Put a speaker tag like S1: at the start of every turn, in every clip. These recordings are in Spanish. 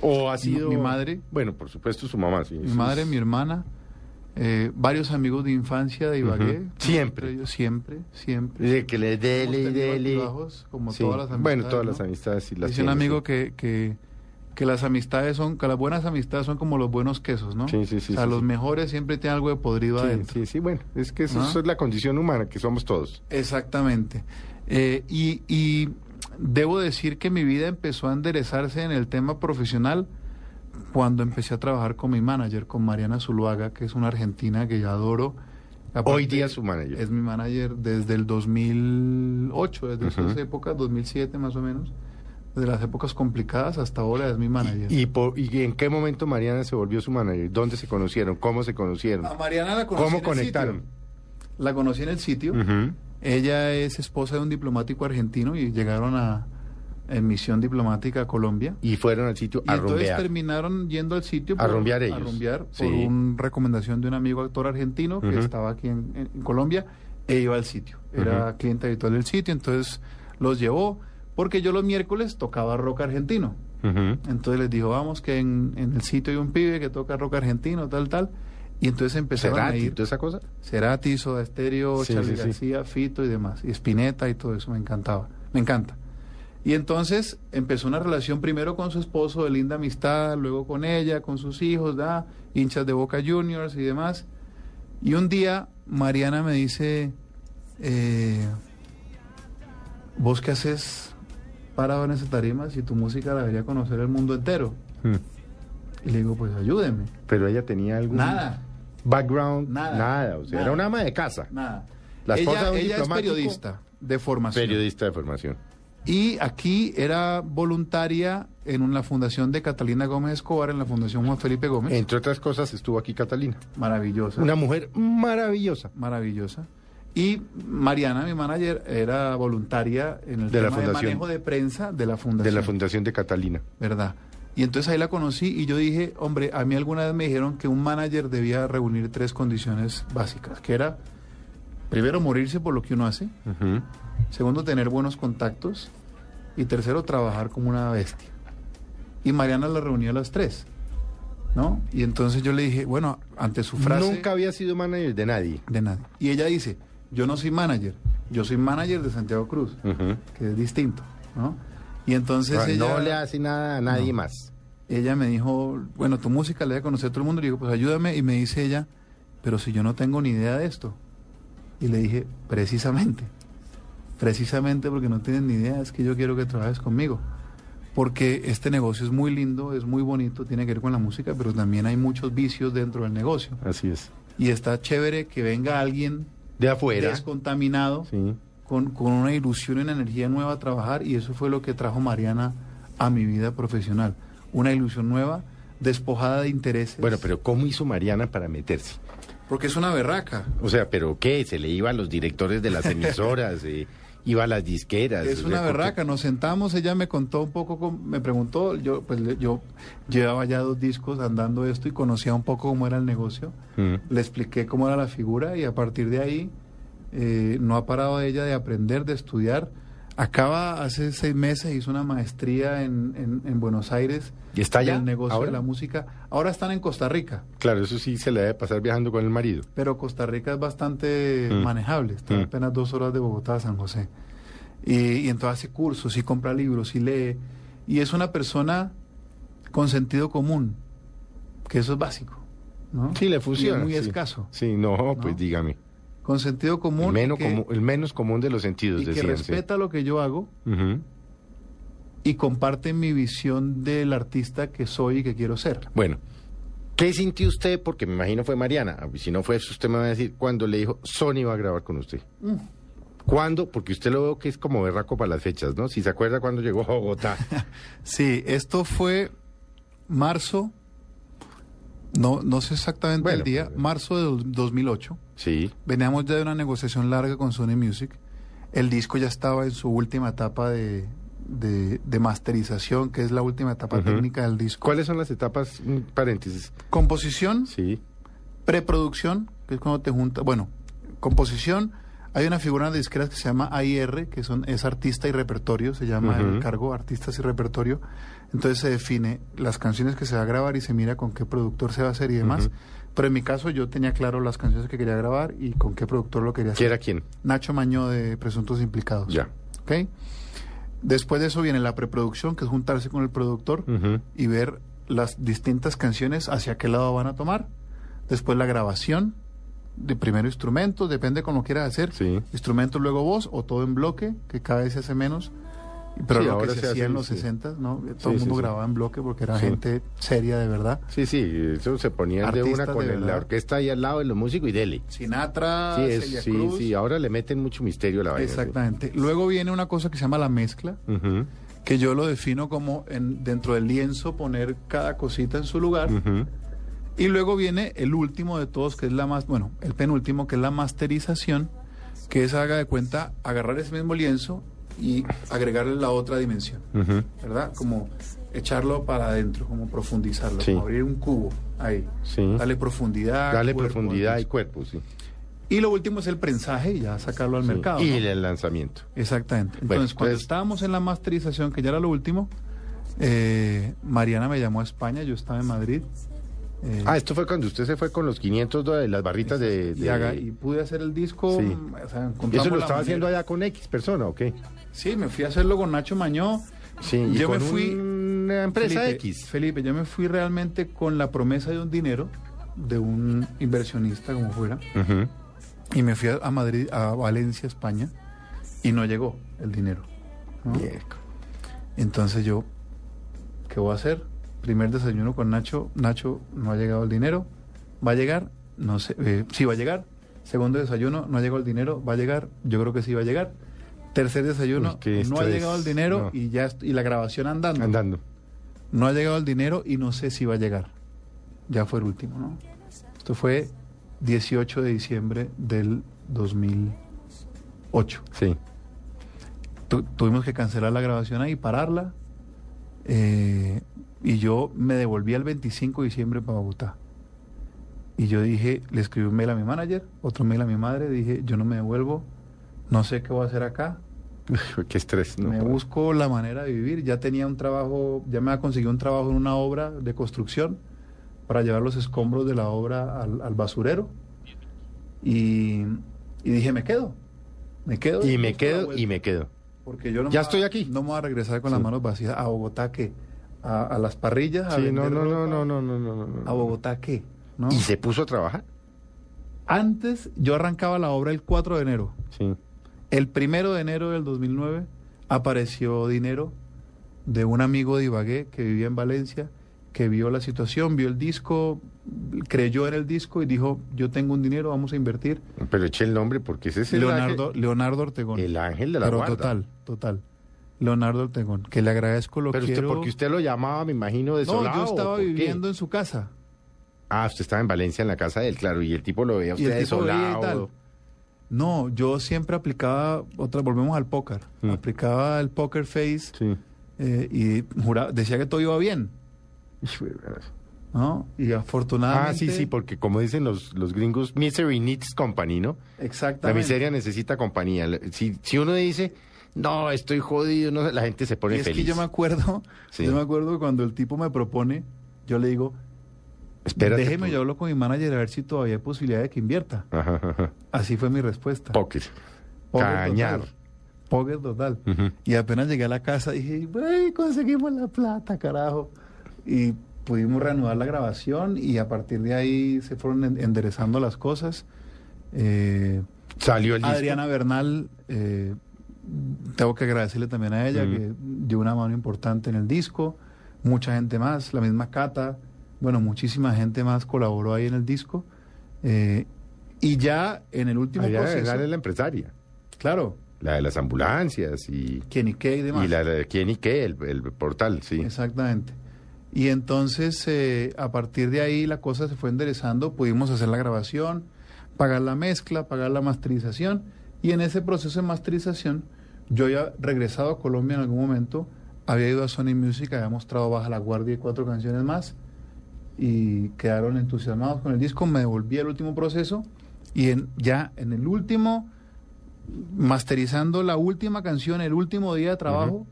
S1: ¿O ha sido...?
S2: mi madre.
S1: Bueno, por supuesto, su mamá, sí.
S2: mi madre, mi hermana, eh, varios amigos de infancia de Ibagué.
S1: Ujú. Siempre.
S2: Ellos siempre, siempre.
S1: Dice que le
S2: Hemos
S1: dele y
S2: tenido
S1: dele.
S2: altibajos, como
S1: Sí.
S2: todas las amistades.
S1: Bueno, todas las
S2: ¿no?
S1: amistades y las
S2: Dice un
S1: tiene,
S2: amigo
S1: sí.
S2: que, que, que las amistades son, que las buenas amistades son como los buenos quesos, ¿no?
S1: Sí, sí, sí,
S2: O sea,
S1: sí,
S2: los
S1: sí.
S2: mejores siempre tienen algo de podrido
S1: Sí,
S2: adentro.
S1: sí, sí, bueno, es que eso,
S2: ¿Ah?
S1: eso es la condición humana, que somos todos.
S2: Exactamente. Eh, y, y debo decir que mi vida empezó a enderezarse en el tema profesional cuando empecé a trabajar con mi manager, con Mariana Zuluaga, que es una argentina que yo adoro.
S1: Hoy día es su manager.
S2: Es mi manager desde el 2008, desde esas épocas, 2007 más o menos. Desde las épocas complicadas hasta ahora es mi manager.
S1: ¿Y, por- y en qué momento Mariana se volvió su manager? ¿Dónde se conocieron? ¿Cómo se conocieron?
S2: a Mariana la conocí
S1: ¿Cómo
S2: Ah, en el
S1: conectaron?
S2: sitio. La conocí en el sitio.
S1: Ujú.
S2: Ella es esposa de un diplomático argentino y llegaron a en misión diplomática a Colombia.
S1: Y fueron al sitio
S2: Y
S1: a
S2: entonces
S1: rumbear.
S2: terminaron yendo al sitio
S1: A rumbear ellos.
S2: rumbear por
S1: Sí.
S2: una recomendación de un amigo actor argentino que
S1: Ujú.
S2: estaba aquí en, en- en Colombia e iba al sitio. Era cliente habitual del sitio, entonces los llevó porque yo los miércoles tocaba rock argentino.
S1: Ujú.
S2: Entonces les dijo, vamos, que en, en el sitio hay un pibe que toca rock argentino, tal, tal. Y entonces empezaron a
S1: Cerati,
S2: ir.
S1: toda esa cosa.
S2: Cerati, Soda Stereo,
S1: Sí,
S2: Charly
S1: sí, sí.
S2: García, Fito y demás, y Spinetta y todo eso, me encantaba, me encanta. Y entonces empezó una relación primero con su esposo de linda amistad, luego con ella, con sus hijos, da, hinchas de Boca Juniors y demás. Y un día Mariana me dice, eh, ¿vos qué haces parado en esa tarima si tu música la debería conocer el mundo entero?
S1: Mm.
S2: Y le digo, pues ayúdeme.
S1: Pero ella tenía algún
S2: Nada,
S1: background, nada.
S2: Nada.
S1: o sea,
S2: Nada.
S1: era una ama de casa,
S2: nada.
S1: La esposa
S2: ella
S1: de un
S2: ella es
S1: diplomático.
S2: periodista de formación.
S1: periodista de formación.
S2: Y aquí era voluntaria en la fundación de Catalina Gómez Escobar, en la fundación Juan Felipe Gómez.
S1: Entre otras cosas, estuvo aquí Catalina,
S2: Maravillosa.
S1: una mujer maravillosa.
S2: Maravillosa. Y Mariana, mi manager, era voluntaria en el
S1: De la
S2: tema de
S1: fundación.
S2: manejo de prensa de la
S1: De
S2: fundación.
S1: la Fundación de Catalina.
S2: ¿Verdad? Y entonces ahí la conocí y yo dije, hombre, a mí alguna vez me dijeron que un manager debía reunir tres condiciones básicas, que era, primero, morirse por lo que uno hace,
S1: Ujú.
S2: Segundo, tener buenos contactos. Y tercero, trabajar como una bestia. Y Mariana la reunió a las tres, ¿no? Y entonces yo le dije, bueno, ante su frase
S1: Nunca había sido manager de nadie.
S2: de nadie. Y ella dice, yo no soy manager, yo soy manager de Santiago Cruz,
S1: Ujú.
S2: que es distinto, ¿no? Y entonces
S1: Ah,
S2: ella,
S1: No le hace nada a nadie
S2: No.
S1: más.
S2: ella me dijo, bueno, tu música la voy a conocer a todo el mundo. Le digo, pues ayúdame. Y me dice ella, pero si yo no tengo ni idea de esto. Y le dije, precisamente, precisamente porque no tienes ni idea, es que yo quiero que trabajes conmigo. Porque este negocio es muy lindo, es muy bonito, tiene que ver con la música, pero también hay muchos vicios dentro del negocio.
S1: Así es.
S2: Y está chévere que venga alguien
S1: De afuera.
S2: descontaminado
S1: Sí.
S2: con, con una ilusión y una energía nueva a trabajar y eso fue lo que trajo Mariana a mi vida profesional. Una ilusión nueva, despojada de intereses.
S1: Bueno, pero ¿cómo hizo Mariana para meterse?
S2: Porque es una berraca.
S1: O sea, ¿pero qué? ¿Se le iba a los directores de las emisoras? eh, ¿Iba a las disqueras?
S2: Es
S1: O
S2: una
S1: sea, ¿con qué-
S2: berraca. Nos sentamos, ella me contó un poco, cómo- me preguntó, yo pues le- yo llevaba ya dos discos andando esto y conocía un poco cómo era el negocio.
S1: Mm.
S2: Le expliqué cómo era la figura y a partir de ahí eh, no ha parado ella de aprender, de estudiar. Acaba hace seis meses, hizo una maestría en, en- en Buenos Aires.
S1: ¿Y está allá
S2: del negocio
S1: ahora?
S2: de la música. Ahora están en Costa Rica,
S1: Claro, eso sí se le debe pasar viajando con el marido.
S2: pero Costa Rica es bastante
S1: Mm.
S2: manejable. Está
S1: Mm.
S2: apenas dos horas de Bogotá a San José. Y, y entonces hace cursos, y compra libros, y lee. Y es una persona con sentido común, que eso es básico. ¿no?
S1: Sí,
S2: Y
S1: le
S2: es
S1: funciona.
S2: muy
S1: sí.
S2: escaso.
S1: Sí, no, pues
S2: ¿No?
S1: dígame.
S2: Con sentido común.
S1: el, menos
S2: que-
S1: común, el menos común de los sentidos,
S2: y que
S1: decían. sí.
S2: respeta lo que yo hago
S1: Ujú.
S2: y comparte mi visión del artista que soy y que quiero ser.
S1: Bueno, ¿qué sintió usted? Porque me imagino fue Mariana. Si no fue eso, usted me va a decir cuando le dijo Sony va a grabar con usted. ¿Cuándo? Porque usted lo veo que es como berraco para las fechas, ¿no? Si se acuerda cuando llegó a Bogotá.
S2: Sí, esto fue marzo, no, no sé exactamente
S1: Bueno,
S2: el día,
S1: pues,
S2: marzo de dos- 2008.
S1: Sí.
S2: Veníamos ya de una negociación larga con Sony Music. El disco ya estaba en su última etapa de, de- de masterización, que es la última etapa
S1: Ujú.
S2: técnica del disco.
S1: ¿Cuáles son las etapas? Un Paréntesis.
S2: Composición,
S1: Sí.
S2: preproducción, que es cuando te junta, bueno, composición, hay una figura en las disqueras que se llama AIR, que son, es artista y repertorio, se llama
S1: Ujú.
S2: el cargo artistas y repertorio, entonces se define las canciones que se va a grabar y se mira con qué productor se va a hacer y demás,
S1: Ujú.
S2: pero en mi caso yo tenía claro las canciones que quería grabar y con qué productor lo quería hacer.
S1: ¿Quién era quién?
S2: Nacho Maño de Presuntos Implicados.
S1: Ya.
S2: ¿Ok? Después de eso viene la preproducción, que es juntarse con el productor
S1: Ujú.
S2: y ver las distintas canciones hacia qué lado van a tomar. Después la grabación de primero instrumentos, depende cómo quieras hacer.
S1: Sí.
S2: Instrumentos, luego voz o todo en bloque, que cada vez se hace menos. Pero
S1: Sí,
S2: lo que
S1: ahora
S2: se,
S1: se
S2: hacía
S1: hace,
S2: en los
S1: sí.
S2: 60, ¿no? Todo
S1: Sí,
S2: el
S1: sí,
S2: mundo
S1: sí.
S2: grababa en bloque porque era
S1: Sí.
S2: gente seria de verdad.
S1: Sí, sí, eso se ponían de Ah,
S2: Artistas
S1: una con
S2: de
S1: el- la
S2: verdad.
S1: orquesta ahí al lado de los músicos y dele.
S2: Sinatra,
S1: Sí, es-
S2: Celia
S1: sí,
S2: Cruz.
S1: sí, ahora le meten mucho misterio a la vaina. sí.
S2: Exactamente. Luego viene una cosa que se llama la mezcla,
S1: Ujú,
S2: que yo lo defino como en, dentro del lienzo poner cada cosita en su lugar.
S1: ujú.
S2: Y luego viene el último de todos, que es la más, bueno, el penúltimo, que es la masterización, que es haga de cuenta agarrar ese mismo lienzo y agregarle la otra dimensión,
S1: Ujú.
S2: ¿verdad? Como echarlo para adentro, como profundizarlo,
S1: Sí.
S2: como abrir un cubo ahí,
S1: Sí.
S2: darle profundidad,
S1: Dale
S2: cuerpo,
S1: profundidad y
S2: entonces.
S1: cuerpo, sí.
S2: Y lo último es el prensaje y ya sacarlo al
S1: Sí.
S2: mercado.
S1: Y
S2: ¿no?
S1: el lanzamiento.
S2: Exactamente. Entonces,
S1: Bueno,
S2: cuando
S1: entonces-
S2: estábamos en la masterización, que ya era lo último, eh, Mariana me llamó a España, yo estaba en Madrid. eh,
S1: Ah, esto fue cuando usted se fue con los 500 dólares, las barritas de...
S2: Este, y,
S1: de-
S2: haga- y pude hacer el disco.
S1: Sí.
S2: mm, o sea, encontramos
S1: ¿Eso lo
S2: la
S1: estaba
S2: manera.
S1: haciendo allá con X persona o qué?
S2: Sí, me fui a hacerlo con Nacho Mañó.
S1: Sí, y
S2: yo me
S1: con
S2: fui.
S1: una empresa
S2: Felipe,
S1: X.
S2: Felipe, yo me fui realmente con la promesa de un dinero de un inversionista, como fuera.
S1: Ujú.
S2: Y me fui a, a Madrid, a Valencia, España. Y no llegó el dinero. ¿no?
S1: Mierda.
S2: Entonces yo, ¿qué voy a hacer? Primer desayuno con Nacho. Nacho, no ha llegado el dinero. ¿Va a llegar? No sé. eh, sí, va a llegar. Segundo desayuno, no ha llegado el dinero. ¿Va a llegar? Yo creo que sí va a llegar. Tercer desayuno,
S1: Uy, qué
S2: no ha
S1: estrés,
S2: llegado el dinero
S1: no.
S2: y ya est- y la grabación andando.
S1: Andando.
S2: No ha llegado el dinero y no sé si va a llegar. Ya fue el último, ¿no? Esto fue 18 de diciembre del 2008.
S1: Sí.
S2: Tu- tuvimos que cancelar la grabación ahí, pararla. eh, y yo me devolví el 25 de diciembre para Bogotá. Y yo dije, le escribí un mail a mi manager, otro mail a mi madre, dije, yo no me devuelvo, no sé qué voy a hacer acá,
S1: Uy, qué estrés. No,
S2: me
S1: Para-
S2: busco la manera de vivir, ya tenía un trabajo, ya me había conseguido un trabajo en una obra de construcción para llevar los escombros de la obra al, al basurero. Y, y dije, me quedo, me quedo.
S1: Y
S2: busco
S1: me
S2: la
S1: quedo,
S2: vuelta".
S1: y me quedo.
S2: Porque yo no
S1: Ya
S2: me-
S1: estoy aquí.
S2: No me voy a regresar con
S1: Sí.
S2: las manos vacías. ¿A Bogotá qué? ¿A, a las parrillas? ¿A
S1: Sí, no,
S2: vender
S1: no, no,
S2: ropa?
S1: no, no, no, no, no.
S2: ¿A Bogotá qué? ¿No?
S1: ¿Y se puso a trabajar?
S2: Antes yo arrancaba la obra el 4 de enero.
S1: Sí.
S2: El 1 de enero del 2009 apareció dinero de un amigo de Ibagué que vivía en Valencia, que vio la situación, vio el disco, creyó en el disco y dijo, yo tengo un dinero, vamos a invertir.
S1: Pero eché el nombre porque ese es el
S2: Leonardo,
S1: ángel-
S2: Leonardo Ortegón.
S1: el ángel de la
S2: Pero
S1: guarda.
S2: total, total. Leonardo Ortegón, que le agradezco lo
S1: Pero usted,
S2: quiero.
S1: porque usted lo llamaba, me imagino,
S2: No,
S1: desolado.
S2: yo
S1: ¿o
S2: estaba
S1: por qué?
S2: viviendo en su casa.
S1: Ah, usted estaba en Valencia, en la casa de él, claro, y el tipo lo veía a
S2: Y
S1: usted
S2: el tipo veía y
S1: desolado.
S2: tal. No, yo siempre aplicaba, otra, volvemos al póker.
S1: Mm.
S2: Aplicaba el poker face
S1: Sí.
S2: eh, y juraba, decía que todo iba bien, ¿no? Y afortunadamente.
S1: Ah, sí, sí, porque como dicen los, los gringos, misery needs company, ¿no? La
S2: Exactamente.
S1: miseria necesita compañía. Le- Si, si uno dice, no, estoy jodido, no, sé", la gente se
S2: Y
S1: pone
S2: es
S1: feliz.
S2: que yo me acuerdo,
S1: Sí.
S2: yo me acuerdo cuando el tipo me propone, yo le digo,
S1: Espérate,
S2: déjeme,
S1: por-
S2: yo hablo con mi manager a ver si todavía hay posibilidad de que invierta.
S1: Ajá, ajá, ajá.
S2: Así fue mi respuesta.
S1: Póker.
S2: Póker
S1: Cañar.
S2: total. Póker total.
S1: Ujú.
S2: Y apenas llegué a la casa dije, güey, conseguimos la plata, carajo. Y pudimos reanudar la grabación y a partir de ahí se fueron en- enderezando las cosas. Eh,
S1: Salió el disco.
S2: Adriana Bernal, eh, tengo que agradecerle también a ella
S1: Mm.
S2: que dio una mano importante en el disco. Mucha gente más, la misma Cata, bueno, muchísima gente más colaboró ahí en el disco. Eh, y ya en el último
S1: Adriana
S2: proceso...
S1: Bernal es la empresaria.
S2: Claro,
S1: la de las ambulancias y,
S2: quién y qué y demás.
S1: y la de quién y qué, el, el portal, sí.
S2: Exactamente. Y entonces, eh, a partir de ahí, la cosa se fue enderezando. Pudimos hacer la grabación, pagar la mezcla, pagar la masterización. Y en ese proceso de masterización, yo ya regresado a Colombia en algún momento, había ido a Sony Music, había mostrado Baja la Guardia y cuatro canciones más. Y quedaron entusiasmados con el disco. Me devolví al último proceso. Y en- ya en el último, masterizando la última canción, el último día de trabajo.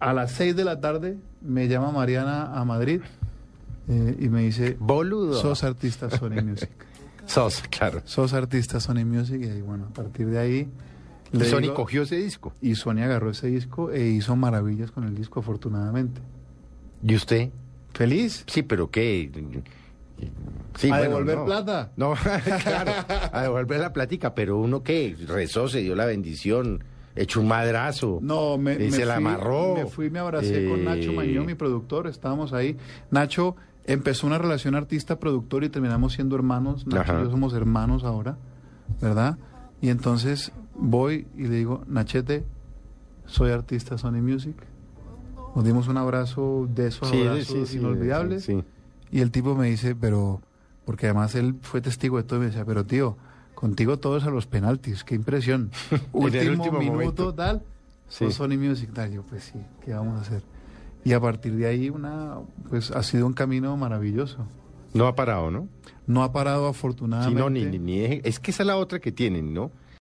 S2: A las 6 de la tarde me llama Mariana a Madrid eh, y me dice,
S1: Boludo.
S2: sos artista Sony Music.
S1: Sos, claro.
S2: Sos artista Sony Music y ahí, bueno, a partir de ahí...
S1: Y
S2: le
S1: Sony
S2: digo-
S1: cogió ese disco.
S2: Y Sony agarró ese disco e hizo maravillas con el disco, afortunadamente.
S1: ¿Y usted?
S2: Feliz.
S1: Sí, pero ¿qué? Sí,
S2: A devolver plata.
S1: No, claro, a devolver la plática, pero uno qué, rezó, se dio la bendición, echó un madrazo.
S2: No, me,
S1: y
S2: me
S1: Eh, se la
S2: fui,
S1: amarró.
S2: Me fui, me abracé con Nacho
S1: Eh,
S2: Mañón, mi productor, estábamos ahí. Nacho empezó una relación artista-productor y terminamos siendo hermanos. Nacho
S1: Ajá.
S2: y yo somos hermanos ahora, ¿verdad? Y entonces voy y le digo, Nachete, soy artista Sony Music. Nos dimos un abrazo de esos
S1: Sí,
S2: abrazos
S1: sí, sí,
S2: inolvidables.
S1: sí, sí.
S2: Y el tipo me dice, pero, porque además él fue testigo de todo y me decía, pero tío, contigo todos a los penaltis, qué impresión. último,
S1: último
S2: minuto,
S1: momento.
S2: tal,
S1: Sí.
S2: con Sony Music, tal. Yo, pues sí, ¿qué vamos a hacer? Y a partir de ahí, una, pues ha sido un camino maravilloso.
S1: No ha parado, ¿no?
S2: No ha parado
S1: Sí,
S2: afortunadamente.
S1: no, ni, ni- ni- es que esa es la otra que tienen, ¿no?